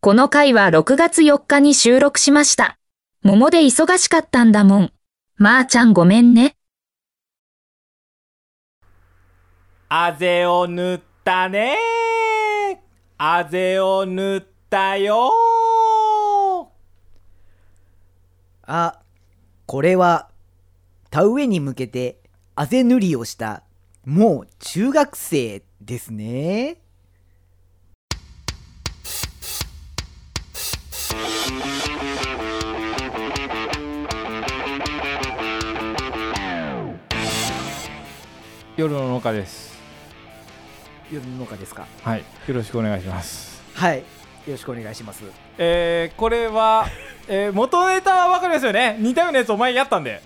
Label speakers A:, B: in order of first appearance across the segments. A: この回は6月4日に収録しました。桃で忙しかったんだもん。まー、ちゃんごめんね。
B: あぜを塗ったねあぜを塗ったよ
C: あ、これは、田植えに向けて、あぜ塗りをした、もう中学生ですね。
B: 夜の農家です
C: 夜の農家ですか。
B: はいよろしくお願いします
C: はい。よろしくお願いします。
B: えー、これは、えー、元ネタはわかりますよね似たようなやつお前やったんで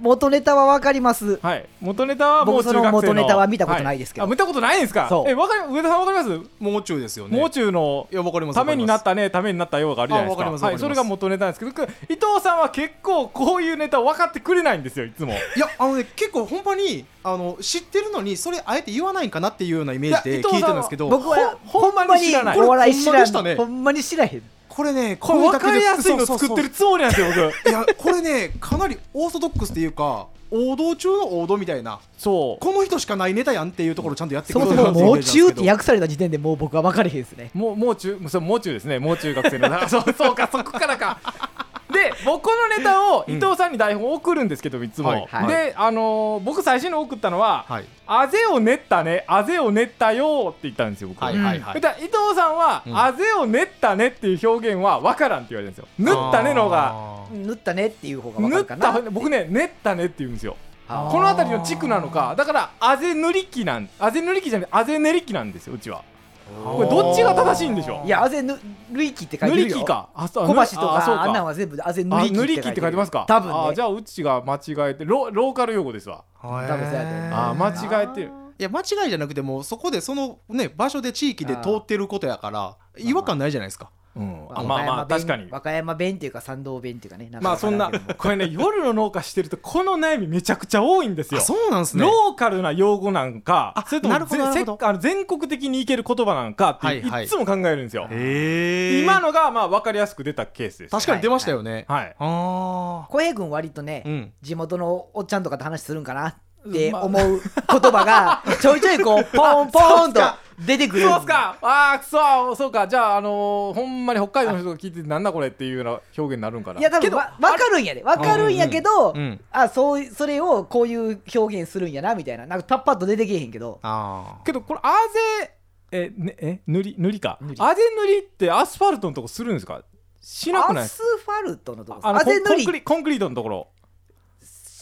C: 元ネタはわかります。
B: はい元ネタはもう
C: 僕
B: 中
C: そ
B: 学
C: の
B: 生の
C: 元ネタは見たことないですけど
B: あ見たことないんですか
C: そう
B: えわかり上田さんわかります、
D: もう中ですよね。
B: もう中の
D: いや、わかります。。
B: ためになったたねためになったようがあるじゃないです
D: あ
B: か
D: わかります
B: は
D: わかり
B: い、
D: ます
B: それが元ネタなんですけどく伊藤さんは結構こういうネタ分かってくれないんですよいつも
D: いや、あのね、結構ほんまに、あの、知ってるのに、それあえて言わないんかなっていうようなイメージ
B: いや伊
D: で
B: 藤さん
D: 聞いてるんですけど。
C: 僕は
B: ほほんまに知らない
C: ほんまにお笑い
D: これ
C: 知ら
D: ほんまでした
C: ん。
D: ね
C: ほんまに知らへん。
D: これね、
B: これ分かりやすいの
D: そうそ
B: 作
D: うそ
B: っ
D: う
B: てるつもりなんですよ僕
D: いや、これね、かなりオーソドックスというか、王道中の王道みたいな。
B: そう
D: この人しかないネタやんっていうところをちゃんとやって
C: そ
D: く
C: も
D: れて
C: そ
D: る
C: も、もう中って
D: や
C: 訳された時点でもう僕は分かれへんですね。
B: もうもう中もうそれもう中ですねもう中学生の あそうそうかそこからかで僕のネタを伊藤さんに台本送るんですけどいつも、
D: はいはい
B: で、あのー僕最初に送ったのは
D: はい。
B: 「あぜを練ったねあぜを練ったよ」って言ったんですよ僕、
D: はい
A: うん
D: はいは
B: そし
D: い。
B: たら伊藤さんは
D: う
B: 「
D: ん
B: あぜを練ったね」っていう表現は分からんって言われるんですよ「縫ったね」の方が
D: あー。
C: 塗ったねっていう方
B: 「
C: が分か
B: 縫
C: る
B: っ
C: かな
B: た。僕ね「練ったね」って言うんですよ
C: あー
B: この辺りの地区なのかだからあぜ塗り機なんあぜ塗り機じゃなくてあぜ練り機なんですようちはこれどっちが正しいんでしょう
C: いや、あぜぬ、るいきって書い
B: 塗
C: て
B: り
C: るよ。
B: 機かあそう
C: 小橋と
B: あそう
C: か、あんなんは全部あぜ塗
B: あ
C: り
B: 塗り
C: き
B: 木って書いてますか
C: 多分
B: あ
C: ね
B: じ。ゃあうちが間違えてロローカル用語ですわ
D: 多
C: 多分そうやと思う
B: あ間違えてる
D: いや間違いじゃなくてもうそこでそのね場所で地域で通ってることやから
C: ー
D: 違和感ないじゃないですか
B: うん
C: ま
B: あまあまあ
C: 和歌山弁
B: 確かに
C: 和歌山弁っていうか山道弁っていうかね
B: まあそんな
C: かかだけども
B: これね夜の農家してるとこの悩みめちゃくちゃ多いんですよ
D: あそうなんですね
B: ローカルな用語なんか
D: あ
B: それとも
D: なるほどなる
B: ぜ
D: ほど
B: せっあの全国的にいける言葉なんかって
D: はい
B: い
D: はい
B: っつも考えるんですよ
D: え
B: 今のがまあ分かりやすく出たケースです
D: 確かに出ましたよね
B: はい
D: あ
C: 小平君割とね、
D: あうん
C: 地元のおっちゃんとかと話するんかなって
B: うんまあ
C: 思う言 葉がちょいちょいこうポンポンと出てくる
B: そうっすかああくそそうかじゃああのーほんまに北海道の人が聞いててなんだこれっていうような表現になるんかない
C: や多
B: け
C: 分
B: ど
C: わ分かるんやで分かるんやけど、
D: うん
C: あそうそれをこういう表現するんやなみたいななんかパッパッと出てけえへんけど
D: あ
B: けどこれあぜえ,、ね、え塗り塗りか
C: 塗り
B: あぜ塗りってアスファルトのとこするんですかしなくない
C: アスファルトのとこ
B: あの
C: あぜ
B: コ
C: 塗
B: ンコンク
C: り
B: リコンクリートのところ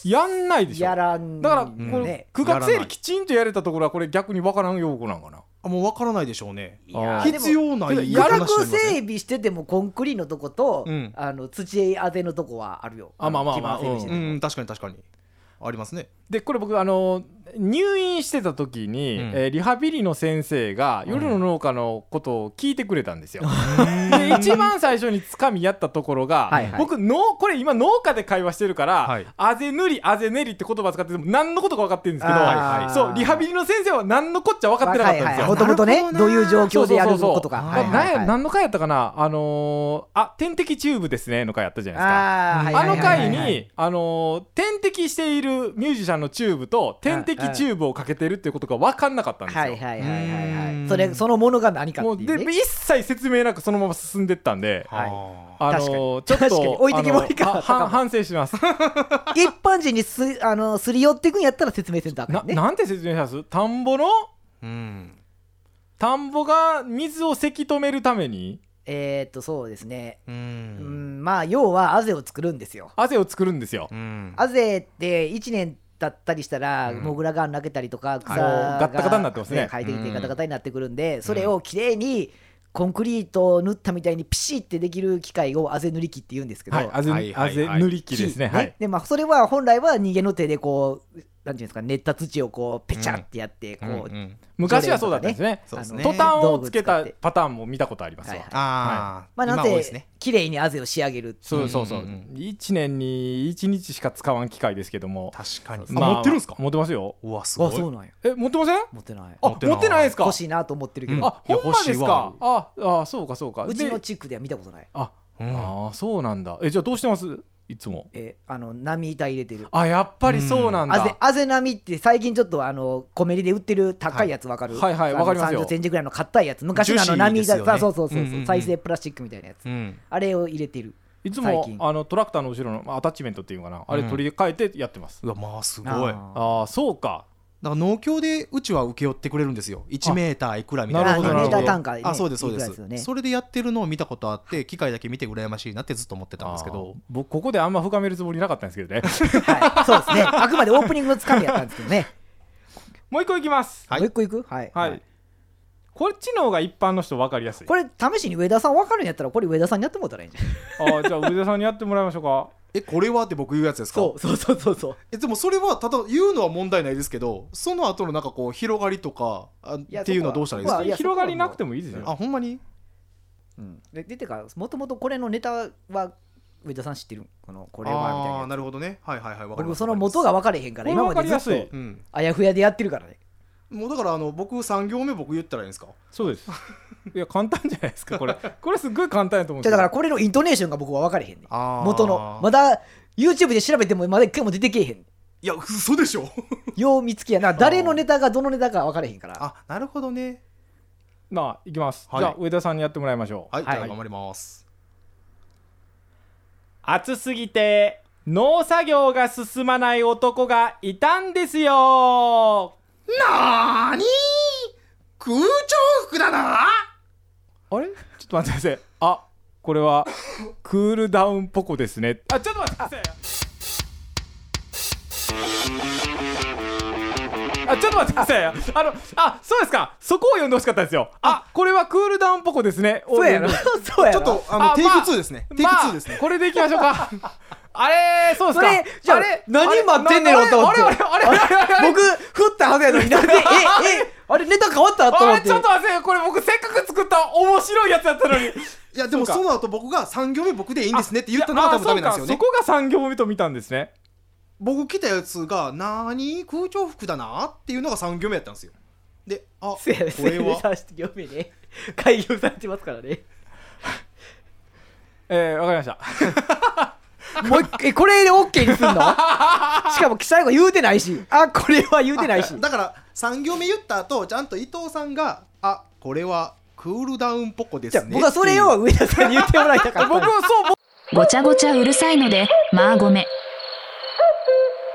B: やんないでしょ
C: やらん
B: だから、
C: ね
B: この区画整理きちんとやれたところはこれ逆にわからん用語なんかな
D: あもう分からないでしょうね
C: いや
B: あ
C: ー
B: ー
C: でも
D: 必要ない話に
C: 区
D: なり
C: 画
D: ますね
C: 整備しててもコンクリのとこと、
D: うん
C: あの土当てのとこはあるよ。
B: あまあまあ
C: 基盤整備して
B: 整
C: て
D: う
C: も
D: ん確かに確かにありますね
B: でこれ僕あの入院してた時に、
D: うん
B: えーリハビリの先生が
D: うん
B: 夜の農家のことを聞いてくれたんですよ。で一番最初につかみやったところが
C: はいはい
B: 僕のこれ今農家で会話してるから「
D: はい
B: あぜぬりあぜねり」って言葉使ってても何のことか分かってるんですけど、
C: あー
B: そうリハビリの先生は何のこっちゃ分かってなかったんですよ。
C: もともと
D: なる
C: ね
D: ほどな
C: どういう状況でやる
B: そうそうそうそう
C: ことか。
D: あ
C: はいはい
B: な
C: はい
B: んや何の回やったかなあのーあ点滴チューブですねの回やったじゃないですか。
C: あー
D: うん
C: は
B: あ
C: い
B: の
C: はいは
B: 回
C: いはい
B: に、あのー点滴しているミュージシャンのチューブと点滴チューブをかけてるっていうことが分かんなかったんですよ。
C: はいはいはいはいは
D: う
C: い
D: ん
C: それそのものが何か
B: も
C: っ
B: う
C: ていう、
B: で
C: ね、
B: 一切説明なくそのまま進んでったんで、
C: はい
D: あ
B: あのーちょっと
C: 確かに置いてきぼりか
B: あのはは反省します。
C: 一般人にすあのすり寄っていくんやったら説明せんとあか
B: なん
C: ね。
B: なんて説明します田んぼの
D: ーうん
B: 田んぼが水をせき止めるために
C: えー、っとそうですね。
D: う
C: うんんまあ要はあぜを作るんですよ。
B: 汗を作るんですよ。
D: うん
C: あぜって1年経ったりしたら、
D: うん
C: モグラが泣けたりとか草
B: もう
C: が
B: ガッタガタになってますね
C: 生えてきて
D: うん
C: ガタガタになってくるんで、それをきれいにコンクリートを塗ったみたいにピシッてできる機械をあぜ塗り機って言うんですけど、
B: はい、あぜ、
D: はいはいはい
B: あぜ塗り機ですね。
C: ね
B: はい。
C: でまあ、それは本来は逃げの手でこうていうんですか練った土をこうペチャってやってこう、
D: うんうん
B: 昔はそうだったんですね
D: そうです
C: あ
D: ね
C: の
B: トタンをつけ
C: 道具
B: た
C: 使って
B: パターンも見たことありますわ、
C: はいはい
D: ああ、
C: まあな
D: 今
C: ん
D: 多い
C: て
D: ですね
C: 綺麗にあぜを仕上げるってい
B: そうそうそう,、
D: うんうん
B: 1年に1日しか使わん機械ですけども
D: 確かに、
B: まあ
D: あ、持ってるんですか
B: 持ってますよ
D: うわす
C: あ
D: ごい
C: そうなんや
B: え持ってません
C: 持ってない
B: あ
D: 持
B: 持
D: っ
B: ってて
D: ない
B: ないですか
C: 欲しいなと思ってるけ
D: うん
C: ど、
B: あほんまで
D: い
B: す
D: や
B: か
D: 欲し
B: ああそうかそうか
C: うちの
B: で
C: 地区では見たことない
B: あ、
D: うん
B: あーそうなんだえじゃあどうしてますいつも
C: えあの波板入れてる
B: あやっぱりそうなんだ、
C: あぜあぜ波って最近ちょっとあのコメリで売ってる高いやつわかる、
B: はいはいはい
C: あの
B: わかりますよ
C: 30センチぐらいの硬いやつ昔のあ
D: 樹
C: の
D: 脂
C: 波
D: です
C: 板、
D: よね
C: あそうそうそうそう、
D: うんうんうん
C: 再生プラスチックみたいなやつ、
D: うん
C: あれを入れてる
B: いつ
C: 最
B: も
C: 近
B: あのトラクターの後ろのまあアタッチメントっていうのかな、あれ
D: うん
B: 取り替えてやってます
D: うわまあすごいだか
C: あー
B: ああそうから
D: 農協でうちは請け負ってくれるんですよ1メーターいくらみたいな
B: なるほどなるほど
D: 感じ
B: メータ
D: で
B: ー
C: 単価でね
D: あそうですそうで
C: いくらです
D: す
C: よね
D: それでやってるのを見たことあって機械だけ見て羨ましいなってずっと思ってたんですけど
B: あー僕ここであんま深めるつもりなかったんですけど ね
C: はい、そうですね。あくまでオープニングのつかみやったんですけどね。
B: もう一個いきます
D: はい
C: もう一個いくはい。
B: はい、こっちの方が一般の人分かりやすい
C: これ、試しに上田さん分かるんやったら、これ上田さんにやってもらったらいいんじゃない
B: あーじゃあ上田さんにやってもらいましょうか
D: えこれはって僕言うやつですか
C: うそうそうそうそう。
D: えでもそれはただ言うのは問題ないですけどその後のなんかこう広がりとかあっ
C: や
D: ていうのはどうしたらいいです
C: あ
D: か
C: いや
B: 広がりなくてもいいです
C: そこ
B: よ
D: あほんまに
C: うん、で、でてか、もともとこれのネタは上田さん知ってるこの、こ
D: こ
C: れはみたいな
D: あー
C: やつ。
D: なるほどねはいはいはいわかりま
C: 僕、
D: す
C: その元が分かれへんか
B: こ
C: ら、
B: れ
C: 今
B: 分
C: ま
B: かり
C: でず
B: や
C: っ
B: すい
C: と
D: うん
C: あやふやでやってるからね。
D: もうだからあの僕3行目僕言ったらいいんですか
B: そうです いや簡単じゃないですか これこれすっごい簡単やと思うん
C: じ
B: で
C: ゃ
B: すよ
C: だから、これのイントネーションが僕は分かれへんね。
D: あー
C: 元の。まだ、YouTube で調べても、まだ一回も出てけえへん。
D: いや嘘でしょ
C: よう見つけやな。誰のネタがどのネタか分かれへんから。
D: あなるほどね
B: まあいきます、
D: はい
B: じゃあ上田さんにやってもらいましょう
D: はい、
C: はい
D: じゃあ頑張ります
B: 暑すぎて農作業が進まない男がいたんですよ
D: なーに空調服だな
B: あれちょっと待って先生あこれはクールダウンポコですねあちょっと待って先生あちょっと待って先生あのあそうですかそこを読んでほしかったんですよあこれはクールダウンポコですね
C: そうやろ。 そうやろ。
D: ちょっとあの
B: あ
D: テイ
B: まあ
D: ク2ですね、テイク2ですね、
B: これでいきましょうかあれそうです
C: そ
B: か
C: れ、じゃあ
B: あれ、
C: 何待ってんねん
B: あ
C: ろ
B: れ
C: と思っ
B: あ
C: て。
B: れあれあれあれあれあれ
C: 僕、振ったはずやのになんで、え、え、あれ、ネタ変わったと思
B: あ
C: っ
B: れ
C: て。
B: ちょっと待ってこれ僕せっかく作った面白いやつだったのに
D: いやでも
B: そう
D: そ
B: か
D: の後僕が3行目僕でいいんですねって言ったのが多分ダメなんですよ
B: あ
D: ね
B: そうかそこが3行目と見たんですね
D: 僕来たやつが「なーに空調服だな」っていうのが3行目やったんですよであこ
C: せや
D: れは
C: さして読めね。開業されてますからね。
B: えー、わかりました
C: もう一回、えこれで OK にすんのしかも、最後言うてないし。あ、これは言うてないし。
D: だから3行目言った後ちゃんと伊藤さんが「あこれはクールダウンポコで
C: じゃ
D: す
C: あ
D: ね」
C: 僕はそれを上田さんに言ってもらいたかった。
B: 僕もそう僕
A: ごちゃごちゃうるさいので、まあごめん。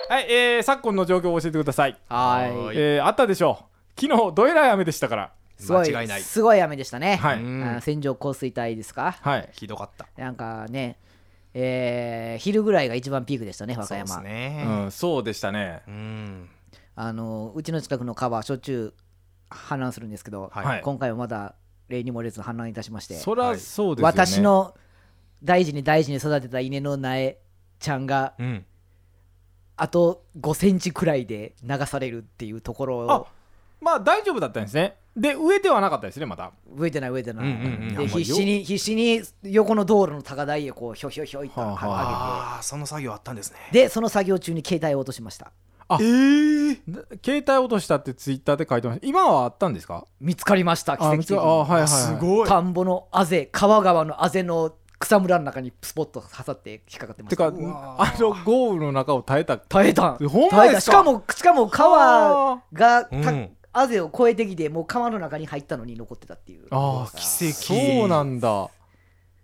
B: はいえー、昨今の状況を教えてください、
C: は
D: は
C: ーい。
D: い
B: えー、あったでしょう昨日どえらい雨でしたから
C: すご、
D: 間違いないい
C: すごい雨でしたね。
B: はい、
D: うん
C: あの線状降水帯ですか
B: はい
D: ひどかった
C: なんかね、えー昼ぐらいが一番ピークでしたね、和歌
D: そう
B: う
C: 山
D: で。すね
B: ん、そうでしたね
D: うん
C: あのうちの近くの川しょっちゅう氾濫するんですけど、
D: はい
C: 今回はまだ例に漏れず氾濫いたしまして、
B: そりゃそうですよね
C: 私の大事に大事に育てた稲の苗ちゃんが
D: うん
C: あと5センチくらいで流されるっていうところ
B: あ
C: を
B: まあ大丈夫だったんですねで植えてはなかったですねまた
C: 植えてない植えてない、
D: うんうんうん
C: で
D: あんま
C: 必
D: りよ
C: 死に必死に横の道路の高台へこうひょひょひょいと上げて、
B: はあ
D: ああその作業あったんですね
C: でその作業中に携帯を落としました
B: あ
D: えー
B: な携帯落としたってツイッターで書いてました今はあったんですか
C: 見つかりました奇
B: あ
C: 跡
B: 見
C: 的
B: つかあ
C: に
B: はいはい、はい、
D: すごい
C: 田んぼのあぜ川川のあぜの草むらの中にスポッと刺さって引っかかってましてた
B: か
D: うわ
B: あの豪雨の中を耐えた
C: 耐えた
B: ほんま
C: 耐え
B: で
C: た
B: す
C: し
B: か
C: かもしかも川がた、
D: うん
C: あぜを越えてきてもう川の中に入ったのに残ってたっていう
B: ああ
D: 奇跡
B: そうなんだ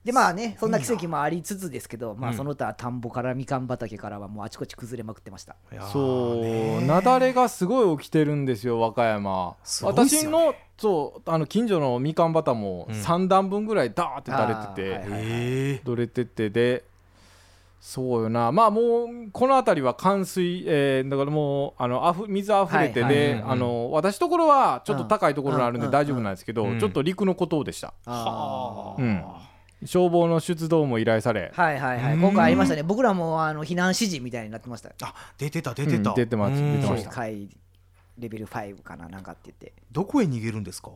C: でまあねそんな奇跡もありつつですけど、まあ、
D: うん
C: その他田んぼからみかん畑からはもうあちこち崩れまくってました、
D: いやー
B: そう
D: ね
B: 雪崩がすごい起きてるんですよ和歌山
D: すごいっす
B: 私
D: よね
B: のそうあの近所のみかん畑も
D: うん
B: 3段分ぐらいダーって
C: あ
B: 垂れて
C: ーはい
B: て、
C: はい
D: え
B: どれててでそうよなまあもうこの辺りは冠水、えーだからもうあのあふ水あふれてで、
C: はい
D: はいはい
B: あの私ところはちょっと高いところにあるん
C: う
B: で
C: ん
B: 大丈夫なんですけど、
D: うん
B: ちょっと陸の孤島でした、
D: ー
C: あー
B: うん消防の出動も依頼され、
C: はいはいは
D: う
C: い
D: ん
C: 今回ありましたね僕らもあの避難指示みたいになってました
D: あ出てた出てた、
B: うん出てます
D: うん
B: 出てました
C: 回レベル5かななんかって言って
D: どこへ逃げるんですか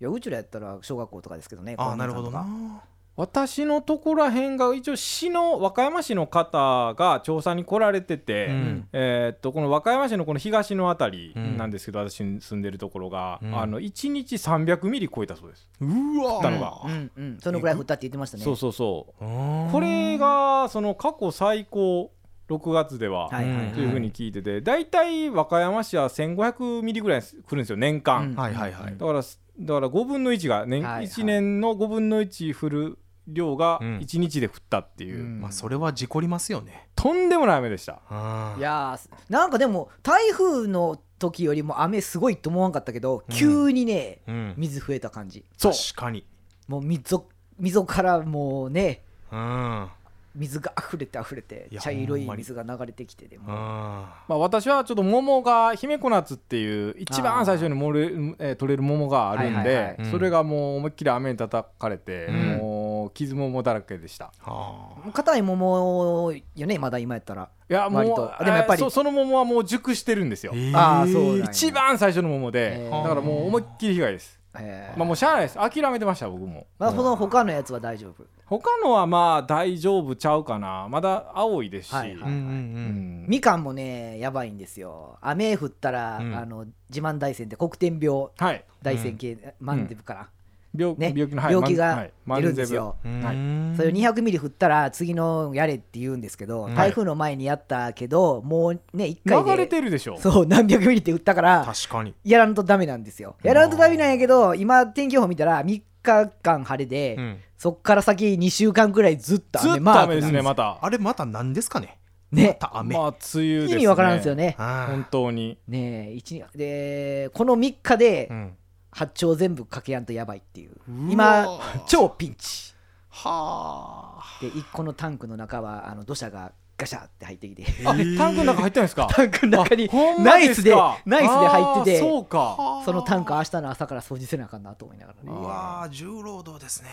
C: いやうちらやったら小学校とかですけどね
D: あなるほどな
B: 私のとこら辺が一応市の和歌山市の方が調査に来られてて、
D: うん
B: えーっとこの和歌山市のこの東の辺
D: うん
B: りなんですけど、私住んでるところが、
D: うん
B: あの1日300ミリ超えたそうです、
D: うわ
B: 降ったのが
C: うんうんそのぐらい降ったって言ってましたね
B: そうそうそう
D: うん
B: これがその過去最高6月では、
C: はいはい
B: というふうに聞いてて大体和歌山市は1500ミリぐらい来るんですよ年間、
C: うん
D: はいはいはい
B: だからすだから5分の1が年、
C: はいはい
B: 1年の5分の1降る量が
D: うん
B: 1日で降ったっていう、
C: うん
D: まあそれは事故りますよね
B: とんでもない雨でした
D: あ
C: いやーなんかでも台風の時よりも雨すごいと思わんかったけど、
D: うん
C: 急にね
D: うん
C: 水増えた感じ
B: そう
D: 確かに
C: もう溝溝からもうね
D: うん
C: 水が溢れて溢れて
D: いや
C: 茶色
D: ほん
C: い
D: まに
C: 水が流れてきてでも
D: あ
B: まあ、私はちょっと桃が姫小夏っていう一番最初にもれ、えー取れる桃があるんで、
C: はいはいはい
D: うん
B: それがもう思いっきり雨に叩かれて、
D: うん
B: もう傷桃だらけでした
D: あ
C: 硬い桃よねまだ今やったら
B: いやもう
C: 割とあでもやっぱり
B: えーそその桃はもう熟してるんですよ、
C: あーそうなんや
B: 一番最初の桃で、
C: えー
B: だからもう思いっきり被害です、
C: えー
B: まあ、もうしゃあないです諦めてました僕も、
C: まあ
B: うん
C: その他のやつは大丈夫
B: 他のはまあ大丈夫ちゃうかなまだ青いですし、
C: はいは
D: う
B: う
C: い
D: ん
B: ん
C: みかんもねやばいんですよ雨降ったら、
D: うん
C: あの自慢大山って黒点病
B: はい
C: 大山系、マンデブかな、
B: 病
C: ね
B: 病気の、はい、
C: 病気
B: まんは
C: が
B: ま
C: い
B: ぜ
C: るんですよ、
D: うんうん
B: はい
D: うん
C: それ200ミリ降ったら次のやれって言うんですけど、
D: はい
C: 台風の前にやったけどもうね1回で
B: 流れてるでしょ
C: そう何百ミリって売ったから
D: 確かに
C: やらんとダメなんですよやらんとダメなんやけど今天気予報見たら3日間晴れで、
D: うん
C: そっから先2週間くらいずっと
B: ずっ
C: 雨
B: と雨ですね
C: マー
B: また
D: あれまた何ですかね
C: クなんですね
D: また雨
B: まあ梅雨です、ね、
C: 意味わからんですよね
B: 本
D: あ
B: 当に
C: ねえ一日でこの3日で、
D: ーうん
C: 八丁全部掛けやんとやばいっていう
D: うわ
C: 今超ピンチ
D: はあ
C: で一個のタンクの中はあの土砂がガシャって入ってきて
B: あタンクの中入ってないんですか
C: タンクの中に
B: あほんま
C: ナイスです
B: か
C: ナイスで入って
B: あー
C: て
B: そうか
C: そのタンク明日の朝から掃除せなあかんなと思いながら
D: う
C: ね
D: わー重労働ですね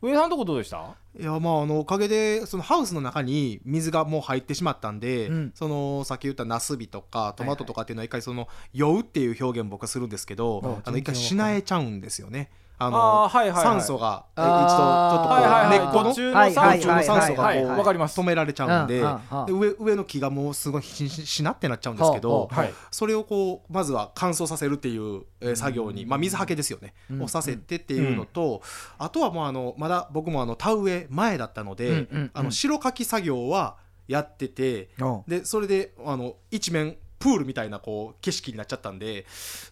B: 上さんとこどうでした
D: いやまああのおかげでそのハウスの中に水がもう入ってしまったんで、
C: うん
D: そのさっき言ったナスビとかトマトとかっていうのは一回その「酔う」っていう表現僕はするんですけど、
C: あ
D: あの一回し
C: 全然
D: なえちゃうんですよね。あの
B: あーはいはいはい
D: 酸素がえ一度ちょっとこう、
B: はいはいはい
D: 根っこの
B: 途中
C: は
B: の
C: い
B: 酸
C: はい
B: 素
C: はい
D: 酸素がこう
B: はいわかります
D: 止められちゃうんで,、
C: うんうんうん
D: で上上の木がもうすごいしししなってなっちゃうんです
C: ほ
D: け
C: うほ
D: ど
C: う、
B: はい
D: それをこうまずは乾燥させるっていう、えー作業に、まあ、水はけですよね、
C: うん
D: をさせてっていうのと、あとはもうあのまだ僕もあの田植え前だったので、
C: うんうんうん
D: あの白かき作業はやってて
C: おう
D: でそれであの一面プールみたいなこう景色になっちゃったんで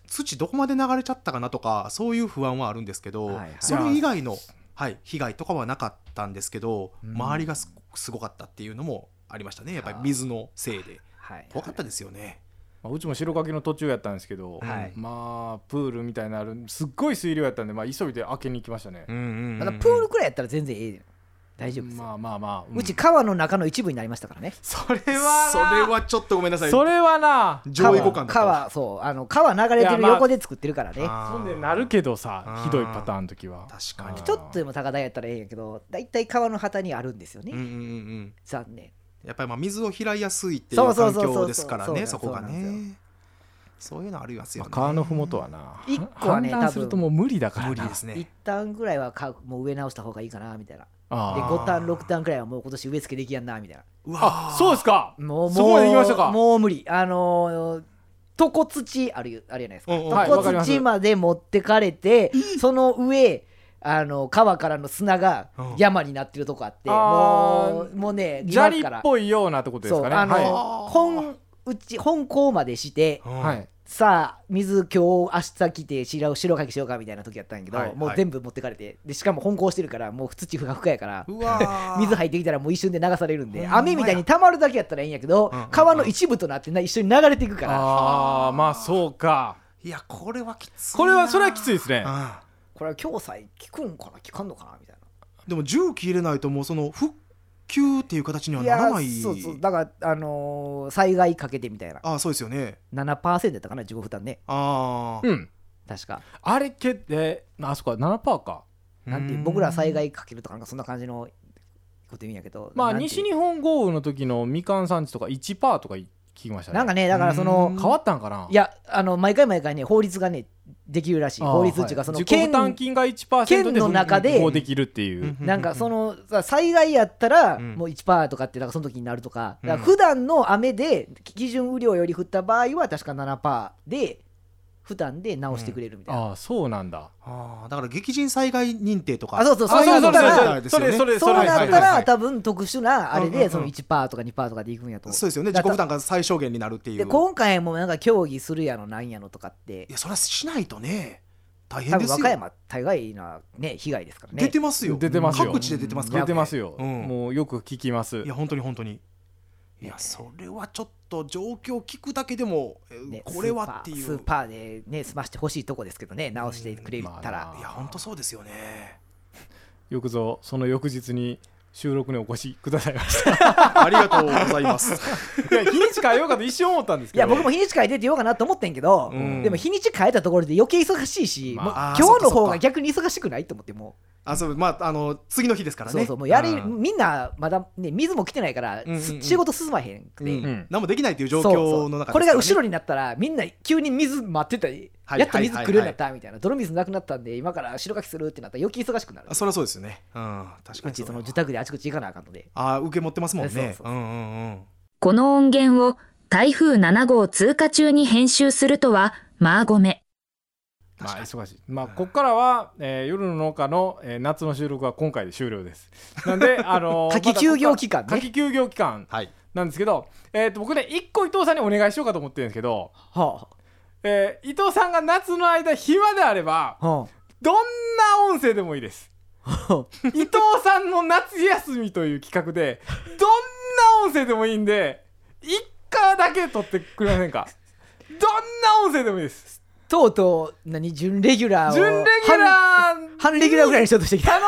D: 土どこまで流れちゃったかなとかそういう不安はあるんですけど、
C: はいはい
D: それ以外の、はい、被害とかはなかったんですけど、
C: うん
D: 周りがすすごかったっていうのもありましたねやっぱり水のせいで
C: はい
D: 怖かったですよね。
B: まあ、うちも白かきの途中やったんですけど、
C: はい
B: まあプールみたいなのあるすっごい水量やったんで、まあ、急いで開けに行きましたね、
C: まだプールくらい やったら全然ええよ大丈夫ですよ
B: まあまあまあ、ん
C: うち川の中の一部になりましたからね
B: それ
D: それ
B: は
D: はちょっとごめんなさ
B: ないそれはな
D: 上位互換だったわ
C: 川そうあの川流れて
B: い
C: る
B: やまあ
C: 横で作ってるからね
D: あー
B: そんでなるけどさ
D: あー
B: ひどいパターンの時は
D: 確かに
C: ちょっとでも高台やったらええんやけど大体川の旗にあるんですよね、
D: うんうんうんうん
C: 残念
D: やっぱりまあ水を拾いやすいってい
C: そううそ
D: 環
C: うそうそう
D: 境ですからね
C: そ
D: そう
C: そうそ
D: こ
C: う
D: が
C: なんですよ
D: ねそういうのありますよ
B: まあ
D: ね
B: 川のふもとはな
C: 一個はね
B: 判断するともう無理だからな
D: 無理です
C: 一
D: ね
C: 旦ぐらいはかもう植え直した方がいいかなみたいなで
B: あ
C: 5段6段くらいはもう今年植え付けできやんなみたいな
D: う
B: ー
D: わ
B: あそうですか
C: もう
B: そこまで行きましたか
C: もう無理あのー床土あるよあるじゃないですか
D: うんうん
B: はいわかり
C: 床
B: ます
C: 土まで持ってかれてその上あの川からの砂が
D: うん
C: 山になってるとこあって
B: あー
C: もうもうね
B: 砂利っ
C: から
B: ぽいようなってことです
C: そう
B: かね
C: あのー
B: は
C: 本うち本校までして
D: うん
B: い、はい、
C: さあ水今日明日来て白白かきしようかみたいな時やったんやけど、
D: はい
C: もう全部持ってかれてでしかも本校してるからもう土ふかふかやから
D: うわ
C: 水入ってきたらもう一瞬で流されるん
D: ほ
C: で
D: んまや
C: 雨みたいに溜まるだけやったらいいんやけど、
D: うんうんうん
C: 川の一部となってな一緒に流れていくから
B: ああまあそうか
D: いやこれはきついな
B: これはそれはきついですね
D: うん
C: これは共済効くんかな効かんのかなみたいな
D: でも重機入れないともうその復旧っていう形にはならない
C: そうそうだからあのー災害かけてみたいな
D: ああそうですよね
C: 7%やったかな自己負担ね
D: ああ
B: うん
C: 確か
B: あれけってあそこは7%か
C: なんていううん僕ら災害かけるとかなんかそんな感じのこと言うんやけど
B: まあ
C: なんていう
B: 西日本豪雨の時のみかん産地とか1パーとか聞きましたね
C: なんかねだからその
B: 変わったんかない
C: やあの毎回毎回ね法律がねできるらしい
B: あー
C: 法律っていうかその
B: 自己負
C: 県
B: 担金が1%で
C: 県の中で
B: 分配できるっていう、
C: なんかそのさ災害やったら
D: うん
C: もう1%とかってなんかその時になるとかだから
D: うん
C: 普段の雨で基準雨量より降った場合は確か7%で負担で直してくれるみたいな、
B: ああそうなんだ
D: ああだから激甚災害認定とか
C: あそうそう
B: あ
C: そうなった
D: そ
C: ら
D: うそうですよね
B: れ
C: そう
B: れ
C: なっ
B: れ
C: た
B: は
C: ら
B: い
C: 多分特殊なあれ
D: うんうんう
C: で
D: ん
C: その1%とか2%とかでいくんやと
D: そうですよね
C: だ
D: 自
C: か
D: 己
C: ら
D: 負担が最小限になるっていう
C: で今回もなんか協議するやのなんやのとかって
D: いやそれはしないとね大変
C: 多
D: で
C: 分和
D: すよ
C: 歌山大概なね被害ですからね
D: 出てますよ
B: 出てますよ
D: 各地で出てますから
B: 出
D: ね
B: てますよ、
D: うん
B: もうよく聞きます
D: いや本当に本当にいやそれはちょっと状況聞くだけでも、え
C: ね
D: これはってい
C: スー
D: う
C: パースーパーでね済ましてほしいとこですけどね直してくれ
B: うん
C: た
B: まあ
C: ら
B: な、
D: いや本当そうですよね
B: よくぞその翌日に収録にお越しくださいました
D: ありがとうございます
B: いや日にち変えようかと一瞬思ったんです
C: い
B: けど
C: や僕も日にち変えてって言おうかなと思ってんけど、
D: うん
C: でも日にち変えたところで余計忙しいし、
B: ま
C: もう今
D: あ
C: 日
D: そ
C: の
D: っかそっ
C: 方
D: か
C: が逆に忙しくないと思っても
D: あそうまああの次の日ですか
C: う、
D: らね
C: そうそうもうやれ、
B: うん
C: みんなまだね水も来てないから、
D: うんうんうん
C: す仕事進まへんくて、
D: うん
B: うん
D: 何もできないという
C: そ
D: 状
C: うそう
D: 況の中
C: これが後ろ
D: に
C: になったらみんな急に水待ってたり、
D: はい
C: やっと水来るようになったみたいな、泥水なくなったんで今から白書きするってなったら余計忙しくなる
D: そりゃそうですよねうん確
C: う
D: かに
C: ちその
D: 受
C: 自宅であちこち行かなあかんので
D: あー受け持ってますもんね
C: そうそうそう
D: うんうんうん
A: この音源を台風7号通過中に編集するとは、まあごめ。
B: まあ
D: 確か
B: 忙しいまあここからは、えー夜の農家の、えー夏の収録は今回で終了ですなん であのー
C: 夏季休業期間ね
B: またここから夏季休業期間
D: はい
B: なんですけど、えー、と僕ね一個伊藤さんにお願いしようかと思ってるんですけど、
C: は
B: えー伊藤さんが夏の間暇であれば
C: あは
B: どんな音声でもいいです 伊藤さんの夏休みという企画でどんな音声でもいいんで一回だけ撮ってくれませんかどんな音声でもいいです
C: あとうとう何準レギュラーを
B: 準レギュ
C: 半
B: ラー
C: 半レギュラーぐらいにしようとしてきた
B: 頼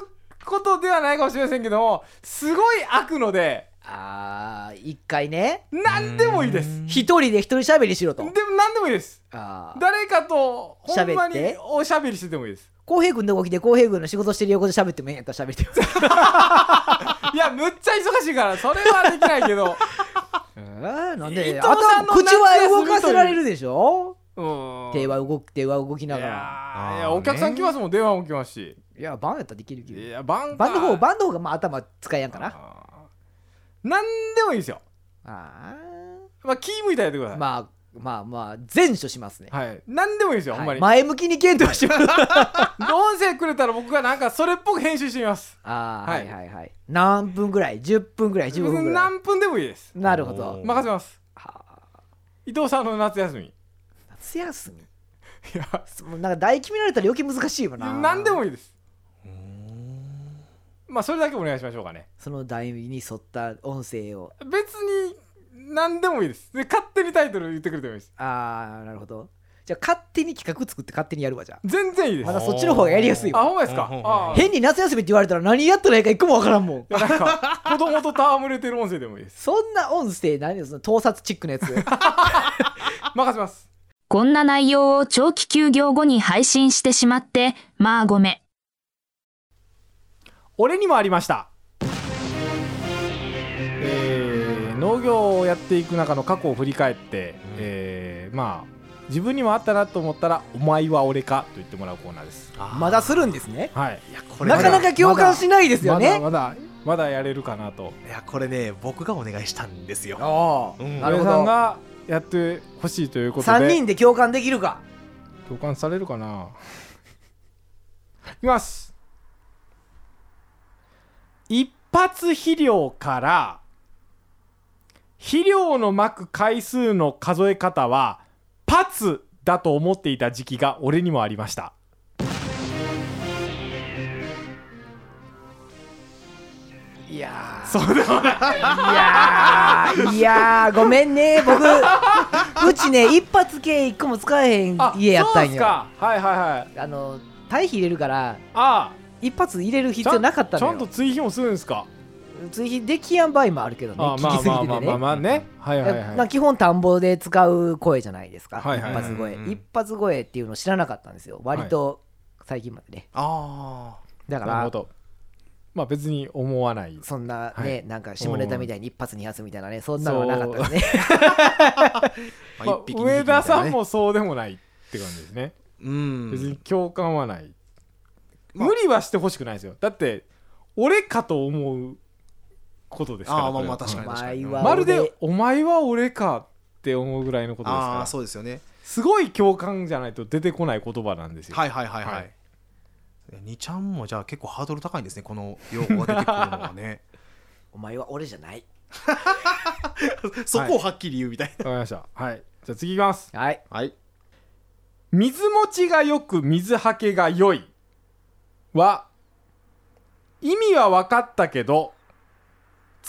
B: むことではないかもしれませんけどもすごい開くので
C: あー一回ね
B: 何でもいいです
D: うん
B: で
C: 一人で一人喋りしろと
B: も何でもいいです
C: あー
B: 誰かとほんまに
C: 喋って
B: おしゃべりしててもいいです
C: 浩平君の動きで浩平君の仕事してる横で喋ってもええんやったら喋ってよ
B: いやむっちゃ忙しいからそれはできないけ ど
C: えーなん
B: 伊
C: で
B: 藤
C: あと
B: さ
C: は
B: んの
C: 口は動
B: 夏休みという
C: かせられるでしょ
B: うん
C: 手は動く手は動き
B: い
C: な
B: や
C: がら
B: ーい
D: あ
B: や
D: ー
B: お客さん来ますもん電話も来ますし
C: いやバンやったらできるけど
B: いやバン
C: バンの方
B: ン
C: バンの方がまあ頭使いやんかな
B: 何でもいいですよ
C: あ
B: まあ気向いたらやってくださ
C: ー
B: い、
C: まあまあまあ全処しますね、
B: はい何でもいいですよ、ほんま
C: はい
B: に
C: 前向きに検討 します
B: 音声くれたら僕がなんかそれっぽく編集してみますは
C: あーはいいはいはい何分ぐらい10分ぐらい15分ぐらい
B: 何分でもいいです
C: なるほど
D: おー
B: 任せます
C: はあ
B: 伊藤さんの夏休みい
C: 夏休み
B: や
C: そのなんか大決められたら余計難しいよな
B: 何でもいいです
D: うん
B: まあそれだけお願いしましょうかね
C: その題に沿った音声を
B: 別に何でもいいですで勝手にタイトル言ってくれてもいいです
C: ああなるほどじゃあ勝手に企画作って勝手にやるわじゃあ
B: 全然いいです
C: まだ
B: あ
C: そっちの方がやりやすいわ
B: ほんまですか
D: うんうんうん
B: あー
C: 変に夏休みって言われたら何やったらいいか一個もわからんもん
B: いやなん か子供と戯れてる音声でもいいです
C: そんな音声何よその盗撮チックなやつ
B: 任せます
A: こんな内容を長期休業後に配信してしまって、まあごめ。
B: 俺にもありました、えー農業をやっていく中の過去を振り返って、えーまあ自分にもあったなと思ったら「お前は俺か」と言ってもらうコーナーです
C: まだするんですね
B: はい
D: いやこれ
C: なかなか共感しないですよね、
B: まだまだまだやれるかなと
D: いやこれね僕がお願いしたんですよ
C: ああ、
D: うん
C: なるほ
B: 安倍さん
C: ど
B: がやってほしいということ
C: 3
B: で
C: 人で共感できるか
B: 共感されるかな いきます一発肥料から肥料のまく回数の数え方はパツだと思っていた時期が俺にもありました
C: いや
B: そうでもない
C: いやーいやーごめんね僕うちね一発系一個も使えへん
B: あ
C: 家やった
B: そうっ
C: ん
B: す
C: よあ
B: かはいはいはい
C: の堆肥入れるから
B: あ
C: 一発入れる必
B: あ
C: 要なかった
B: ちゃ
C: の
B: ん
C: よ
B: と追肥もするんですか
C: 追肥できやん場合もあるけどね
B: あ
C: 聞
B: ま
C: き
B: あ
C: すぎ
B: ま
C: て
B: あまあ
C: てね
B: まあまあねはいはいはい
C: まあ基本田んぼで使う声じゃないですか、
B: はいはい
C: 一発声、
D: うんうんうん
C: 一発声っていうの知らなかったんですよ割と最近までね
D: ああ
C: だか
B: なるほ
C: ら
B: どまあ別に思わない
C: そんなね、
B: は
C: なんか下ネタみたいに一発二発みたいなねそんなのはなかったですね
D: まあ
B: まあ
D: 一匹二匹みたいなね
B: 上田さんもそうでもないって感じですね、
D: うん
B: 別に共感はない、
D: まあ
B: 無理はしてほしくないですよだって俺かと思うことですから
D: ああまあまあ
B: これは
D: 確かに確か
C: お前
D: に
B: うん
C: は
B: まる
C: 俺
B: でお前は俺かって思うぐらいのことです
D: ああ
B: か
D: ー
B: ら
D: そうですよね
B: すごい共感じゃないと出てこない言葉なんですよ、
D: はいはいはいはい、
B: は
D: はいい、2ちゃんもじゃあ結構ハードル高いんですねこの用語が出てくるのはね
C: お前は俺じゃない
D: そこをはっきり言うみたい
B: わかりましたはいじゃあ次いきます
C: はい
D: なはい
B: 水持ちがよく水はけが良いは意味は分かったけど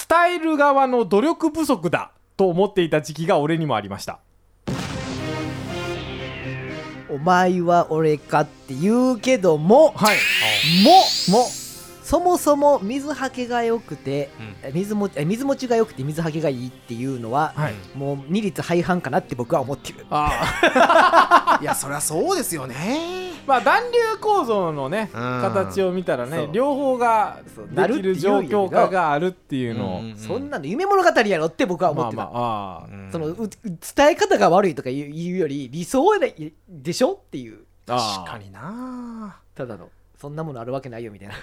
B: 伝える側の努力不足だと思っていた時期が俺にもありました
C: お前は俺かって言うけども
B: はい
C: ももそもそも水はけが良くて、水もえ水持ちが良くて水はけがいいっていうのは、
B: はい
C: もう二律背反かなって僕は思ってる
B: ああ
D: いやそりゃそうですよね
B: まあ暖流構造のね
D: うん
B: 形を見たらね
C: そう
B: 両方が
C: そうなる
B: で
C: って
B: き
C: いうよ
B: る
C: り
B: 状況下
C: は
B: があるっていうのを、
D: うん
C: そんなの夢物語やろって僕は思
B: ま
C: っ
B: あ
C: てた、
B: まああ
D: う
B: ー
D: ん
C: そのう伝え方が悪いとか言う言うより理想ででしょっていう
B: あー
D: 確かにな
C: ただのそんなものあるわけないよみたいな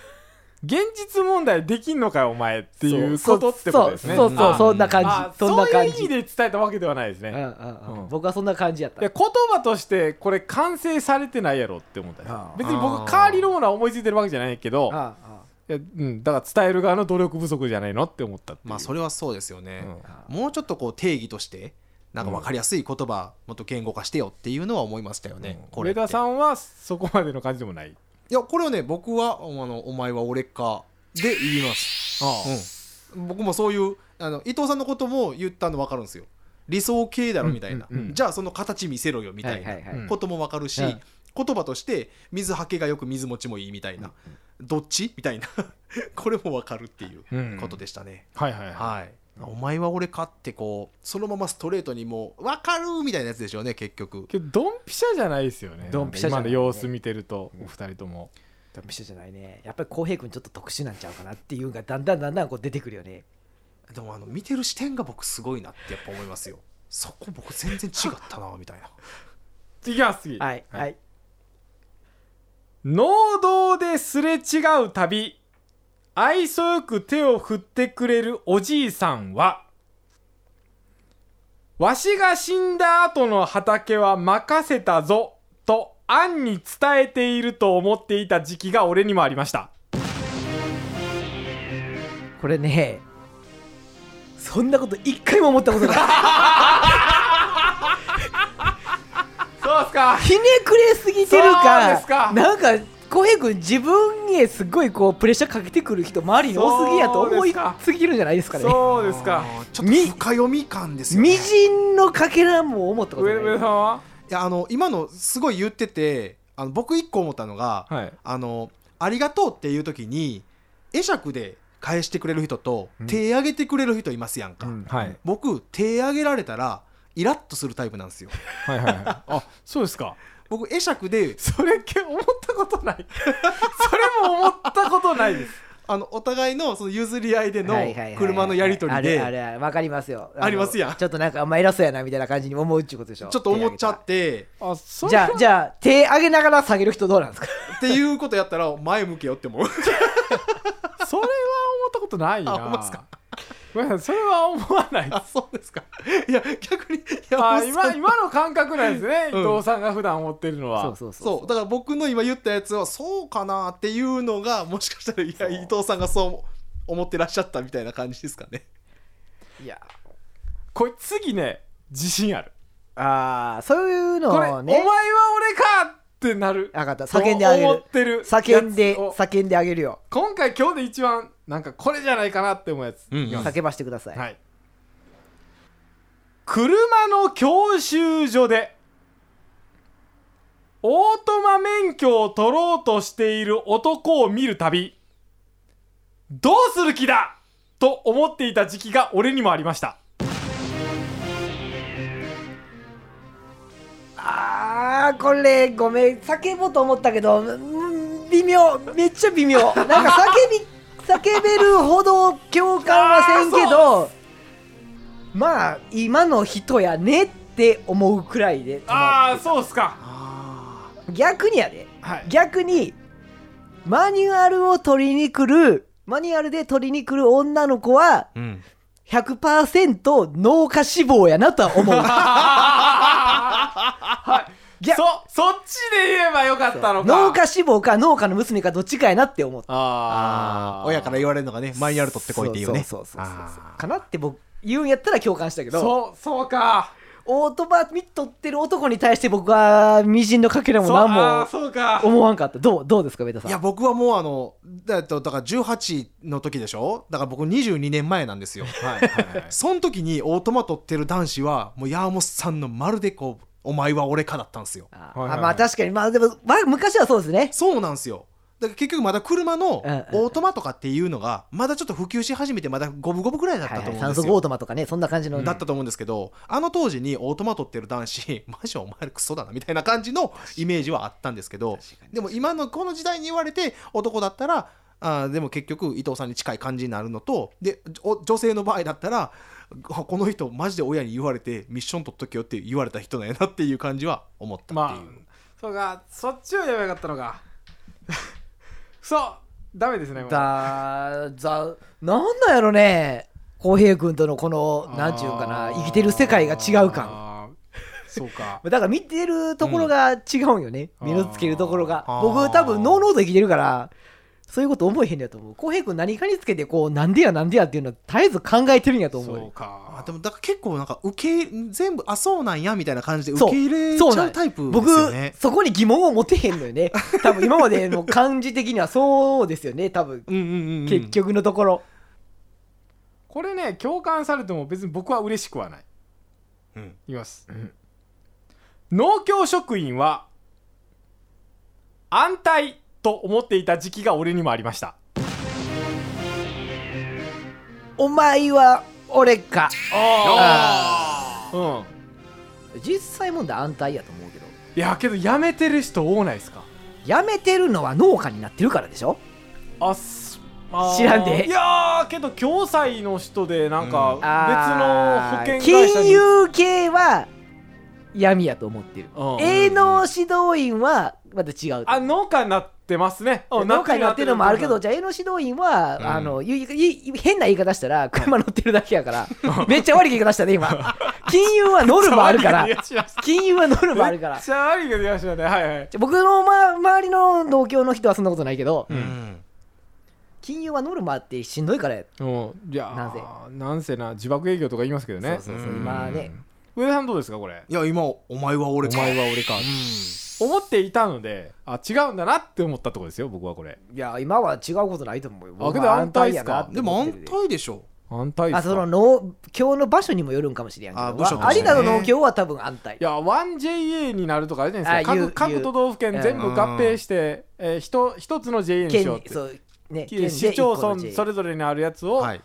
B: 現実問題できんのかよお前っていうことってことですね
C: そうそうそう
B: あー
C: そんな感
B: あ
C: じ
B: そ
C: そんな
B: ういう
C: 感
B: 意味
C: じ
B: で伝えたわけではないですね、
C: うん
B: いや
C: うんう
B: うん
C: ん僕はそんな感じやった
B: 言葉としてこれ完成されてないやろって思ったんです
C: ああ
B: 別に
D: ああ
B: 僕代わりのものは思いついてるわけじゃないけど
C: ああ
B: いやうん、だから伝える側の努力不足じゃないのって思ったっていう
D: まあそれはそうですよね、
B: うん
C: ああ
D: もうちょっとこう定義としてなんか分かりやすい言葉、もっと言語化してよっていうのは思いましたよね、これ
B: 上田さ
D: ん
B: んはそこまでの感じでもない
D: いやこれはね僕はあのお前は俺かで言いますうん、僕もそういうあの伊藤さんのことも言ったの分かるんですよ理想系だろみたいな、
B: うんうんうん
D: じゃあその形見せろよみたい
C: はいはい
B: は
D: ないことも分かるし、
C: うん
D: 言葉として水はけがよく水持ちもいいみたいな、どっちみたいな これも分かるっていうことでしたね、
B: はいはいはい、
D: はい、お前は俺かってこうそのままストレートにもう分かるみたいなやつでしょうね結局
B: けどドンピシャじゃないですよね
C: ドンピシャじゃない
B: 今の様子見てるとお二人とも、
C: ドンピシャじゃないねやっぱり浩平君ちょっと特殊なんちゃうかなっていうのがだんだんだんだんこう出てくるよね
D: でもあの見てる視点が僕すごいなってやっぱ思いますよそこ僕全然違ったなみたいな
B: いきます次
C: はいはい
B: 農道ですれ違うたび愛想よく手を振ってくれるおじいさんはわしが死んだ後の畑は任せたぞと暗に伝えていると思っていた時期が俺にもありました
C: これねそんなこと一回も思ったことない
B: そうですか
C: ひねくれすぎてる
B: そう
C: か
B: ですか
C: なんか浩平君自分へすごいこうプレッシャーかけてくる人周りに多すぎやと思いすぎるんじゃないですかね
B: そうですか
D: あーちょっと深読み感ですよね
C: み
D: い
C: じんのかけらも思ったこと
B: 上上田さ
C: ない
B: んは
D: やあの今のすごい言っててあの僕一個思ったのが、
B: はい
D: あのありがとうっていう時に会釈で返してくれる人と
B: うん
D: 手挙げてくれる人いますやんか、
B: はい
D: 僕手挙げられたらイラッとするタイプなんですよ
B: はいはいはいあそうですか
D: 僕会釈で
B: それけ思ったことないそれも思ったことないです
D: あのお互いのその譲り合いでの
C: はいはいはい
D: 車のやり取り
C: あれ
D: で
C: あれわかりますよの
D: ありますやん
C: ちょっとなんかあんま偉そうやなみたいな感じに思うっちゅうことでしょ
D: ちょっと思っちゃって
B: あそ
C: じゃあじゃあ手上げながら下げる人どうなんですか
D: っていうことやったら前向けよっ て思う
B: それは思ったことないな。
D: あほんまっすか
B: ごめんなさいそれは思わない です。
D: あそうですかいや逆に山
B: あ
D: 本さ
B: 今
D: ん
B: 今の感覚なんですね、
D: うん
B: 伊藤さんが普段思ってるのは。
C: そうそうそう
D: そうだから僕の今言ったやつはそうかなっていうのがもしかしたらいや伊藤さんがそう思ってらっしゃったみたいな感じですかね
C: いや
B: これ次ね自信ある。
C: あーそういう
B: これ、
C: の
B: お
C: を
B: 前は
C: ね
B: 俺かってなる。
C: 分かった叫んであげ
B: と思
C: る
B: ってる
C: 叫んで
B: やつを
C: 叫んであげるよ
B: 今回今日で一番なんかこれじゃないかなって思うやつ。
D: うんうん
B: いきます
C: 叫ばしてください、
B: はい。車の教習所でオートマ免許を取ろうとしている男を見るたびどうする気だと思っていた時期が俺にもありました
C: ああーこれごめん叫ぼうと思ったけどうん微妙めっちゃ微 妙なんか叫び叫べるほど共感はせんけどまあ今の人やねって思うくらいで
B: ああそうっすか
D: あ
C: 逆にやで
B: はい
C: 逆にマニュアルを取りに来るマニュアルで取りに来る女の子は
D: ーうん
C: 100%脳下脂肪やなとは 思う
B: はい
C: いや
B: そそっちで言えばよかったのか
C: 脳下脂肪か脳下の娘かどっちかやなって思った
B: あ
D: あ
B: あ
D: ー親から言われるのがねマニュアル取ってこいっていうね
C: そうそうそうそうそう
D: あ
C: かなって僕言うんやったら共感したけど
B: そうそうか
C: オートバーミ取ってる男に対して僕は微塵のかけらも
B: そうあ
C: 何
B: ーそうか
C: も思わんかったどうどうですかベタ
D: ー
C: さん
D: いや僕はもうあのだえっとだから18の時でしょだから僕22年前なんですよ
B: はいはい
D: その時にオートマ取ってる男子はもうヤーモスさんのまるでこうお前は俺かだったんですよ
C: あ
B: はいはいはい
C: あまあ確かにまあでも、まあ、昔はそうですね
D: そうなんですよだから結局まだ車のオ
C: うんうん
D: ートマとかっていうのがまだちょっと普及し始めてまだ五分五分ぐらいだったと思うんです
C: 酸
D: よ、
C: 素ゴートマとかねそんな感じの
D: だったと思うんですけど、あの当時にオートマ取ってる男子 マジお前らクソだなみたいな感じのイメージはあったんですけどでも今のこの時代に言われて男だったらあーでも結局伊藤さんに近い感じになるのとでお女性の場合だったらあこの人マジで親に言われてミッション取っとけよって言われた人なんやなっていう感じは思ったって
B: ま
D: いう、
B: あそうかそっちを言えばよかったのか そうダメですねもう
C: だざなんなんやろね浩平君とのこのなんちゅうかな生きてる世界が違う感
B: 感そう か
C: だから見てるところが違うんよね、
B: うん
C: 身のつけるところが
D: あー
C: 僕多分ノーノーと生きてるからそういうこと思えへんのやと思う浩平君何かにつけてこうなんでやなんでやっていうのは絶えず考えてるんやと思う
B: そう
C: よ
B: か
D: あでもだから結構なんか受け全部あそうなんやみたいな感じで
C: そ
D: 受
C: う
D: け入れち
C: そう
D: ゃ
C: なん
D: う
C: や
D: タイプです
C: 僕
D: よね。
C: そこに疑問を持てへんのよ ね多分今までの感じ的にはそうですよね多分
D: うんうんうんうん
C: 結局のところ、
B: これね共感されても別に僕は嬉しくはない
D: うん
B: いきます、農協職員は安泰と思っていた時期が俺にもありました
C: お前は俺か
B: うん
C: 実際問題安泰やと思うけど
B: いやけど辞めてる人多ないですか
C: やめてるのは農家になってるからでしょ
B: あすあー
C: 知らんで
B: いやーけど共済の人でなんか
D: うん
C: あー
B: 別の保険会社に、
C: 金融系は闇やと思ってる、
B: うん
C: 営農指導員はまた違う
B: あ農家になってますねうん
C: 農家になってるのもあるけどじゃあ営農指導員は、
D: うん
C: あのゆゆゆ変な言い方したら車乗ってるだけやからめっちゃ悪い言い方したね今金融はノルマあるから
B: めっちゃ悪い気がします
C: 金融はノルマあるか
B: め
C: ら
B: っちゃ悪いけどやしまねはいはい
C: 僕の、ま、周りの農協の人はそんなことないけど、
D: うん
C: 金融はノルマあってしんどいからや
B: うんいや
C: なぜ
B: ーなんせな自爆営業とか言いますけどね
C: そうそうそう
D: うん
C: 今ね
B: 上田さんどうですかこれ
D: いや今お前は俺か
B: は俺か思っていたのであ違うんだなって思ったとこですよ僕はこれ
C: いや今は違うことないと思うよ
B: あけど
C: 僕は
B: 安泰っすか
C: やなって
D: で
C: 思
D: も
C: って
D: 安
C: る
D: 泰でしょ
B: 安泰で
C: あ
B: す
C: そ
B: か
C: の農協の場所にもよるんかもしれんけど
D: あ部署と
C: あ
D: して
C: 有
D: ね
C: 田の農協は多分安泰
B: いや 1JA になるとかあれじゃないです
C: あ
B: か
C: 言
B: 各
C: う
B: 各
C: 言う
B: 都道府県全部合併して、えー、ひと一つの JA にし
C: 県
B: ようって
C: にそうね県で
B: で市町村
C: 一
B: そ
C: 個
B: れ
C: の
B: ぞれにあるやつを、
D: はい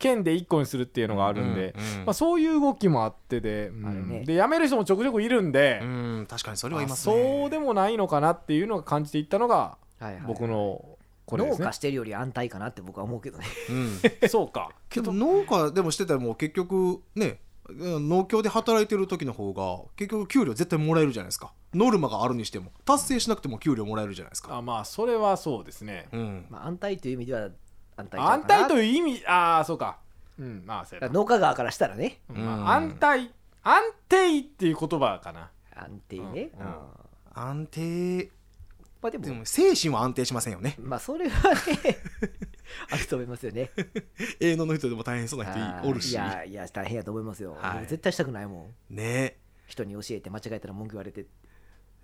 B: 県で一個にするっていうのがあるんで、
D: うんうん
B: まあ、そういう動きもあってで,うん、
C: あるね
B: で辞める人もちょくちょくいるんで、
D: うん確かにそれは
B: あ
D: いますね
B: そうでもないのかなっていうのを感じていったのが
C: はいはい
B: 僕のこれですね
C: 農家。してるより安泰かなって僕は思うけどね
D: うん
B: そうか
D: けど農家でもしてたらもう結局ねうん農協で働いてる時の方が結局給料絶対もらえるじゃないですかノルマがあるにしても達成しなくても給料もらえるじゃないですか
B: あまあそれはそうです ね。
D: うん
C: まあ安泰という意味では安泰ちゃう
B: 安
C: かな
B: 泰という意味ああそうか。うんまあそうやな
C: 農家側からしたらね
D: うん
B: まあ安泰安定っていう言葉かな。
C: 安定ね、
B: うん
C: うん
D: 安定
C: まあでも
D: でも精神は安定しません よね
C: まあそれはね あると思いますよね
D: 営農の人でも大変そうな
C: あ
D: 人
C: ー
D: いおるし
C: いやいや大変やと思いますよ、
D: はい
C: 僕絶対したくないもん
D: ね
C: 人に教えて間違えたら文句言われて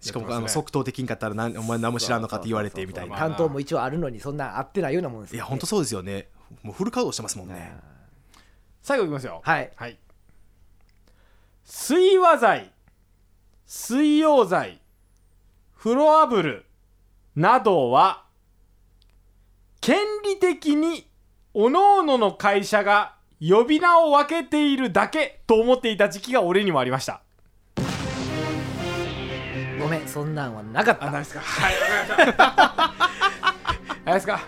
D: しかも
B: やって
D: あ
B: ま
D: の
B: すね
D: 即答できんかったらなんお前何も知らんのかって言われてみたい
B: ま
D: な
B: あ
C: 担当も一応あるのにそんな合ってないようなもんです
D: い
C: よ
D: や
C: ね
D: 本当そうですよねもうフル稼働してますもんね
B: 最後いきますよ。
C: はい
B: はい。水和剤、水溶剤、フロアブルなどは、権利的に各々の会社が呼び名を分けているだけと思っていた時期が俺にもありました。
C: あごめんそんなんはなかっ
B: あない
C: た
B: ですかはいないですか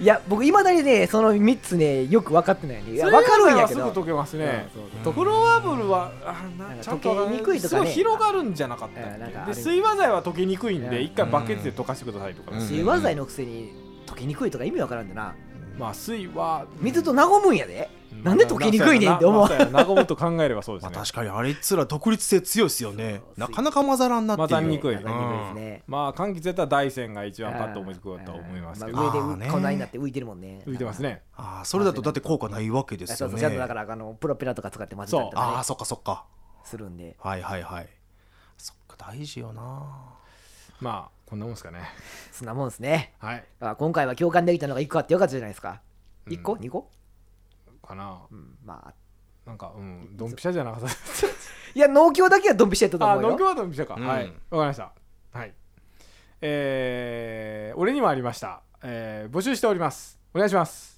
C: いや僕いまだにねその3つねよく分かってないねいや分かるんやけど
B: すぐ溶けますね、
C: うんそう
D: うん
C: と
B: フロアブルはあな
C: なんか
B: ちゃんとわかんな
C: 溶けにくいとかね
B: すごい広がるんじゃなかったっ
C: うんなんかあ
B: け
C: れ
B: で水和剤は溶けにくいん
C: うん
B: で一回バケツで溶かしてくださいとか、
D: うん
C: 水和剤のくせに溶けにくいとか意味わからんでな
B: まあ水は
C: 水と和むんやでなんで溶けにくいねんって思う
B: まあそうやな和むと考えればそうで
D: ますあ
B: ね
D: 確かにあれっつら独立性強いですよね
C: そう
D: なかなか混ざらんなってい
B: 混
D: う
B: ざりにくい
C: わかりにくいですね
B: まあ柑橘やったら大山が一番パッと思いつくかと思いますけど、
C: あー
D: あー
C: 上
D: ね
C: で粉になって浮いてるもんね
B: 浮いてますね
D: ああそれだとだって効果ないわけで
C: あ
D: す
C: そ
D: よ
C: うそ
D: ね
C: うちゃんとだからあのプロペラとか使って混ぜたりとか、ね
D: ああ、そっかそっか
C: するんで
D: はいはいはいそっか大事よな
B: まあこんなもんですかね
C: そんなもんですね
B: はい
C: あ今回は共感できたのが1個あってよかったじゃないですか
B: うん
C: 1個、2個、
B: かな
C: うん、まあ
B: なんかうんドンピシャじゃなかったです
C: いや農協だけはドンピシャやったと
B: あ
C: 思う
B: ノック
C: よ
B: バードの店か、
D: うん
B: はいわかりましたはいえー、俺にもありました、えー、募集しておりますお願いします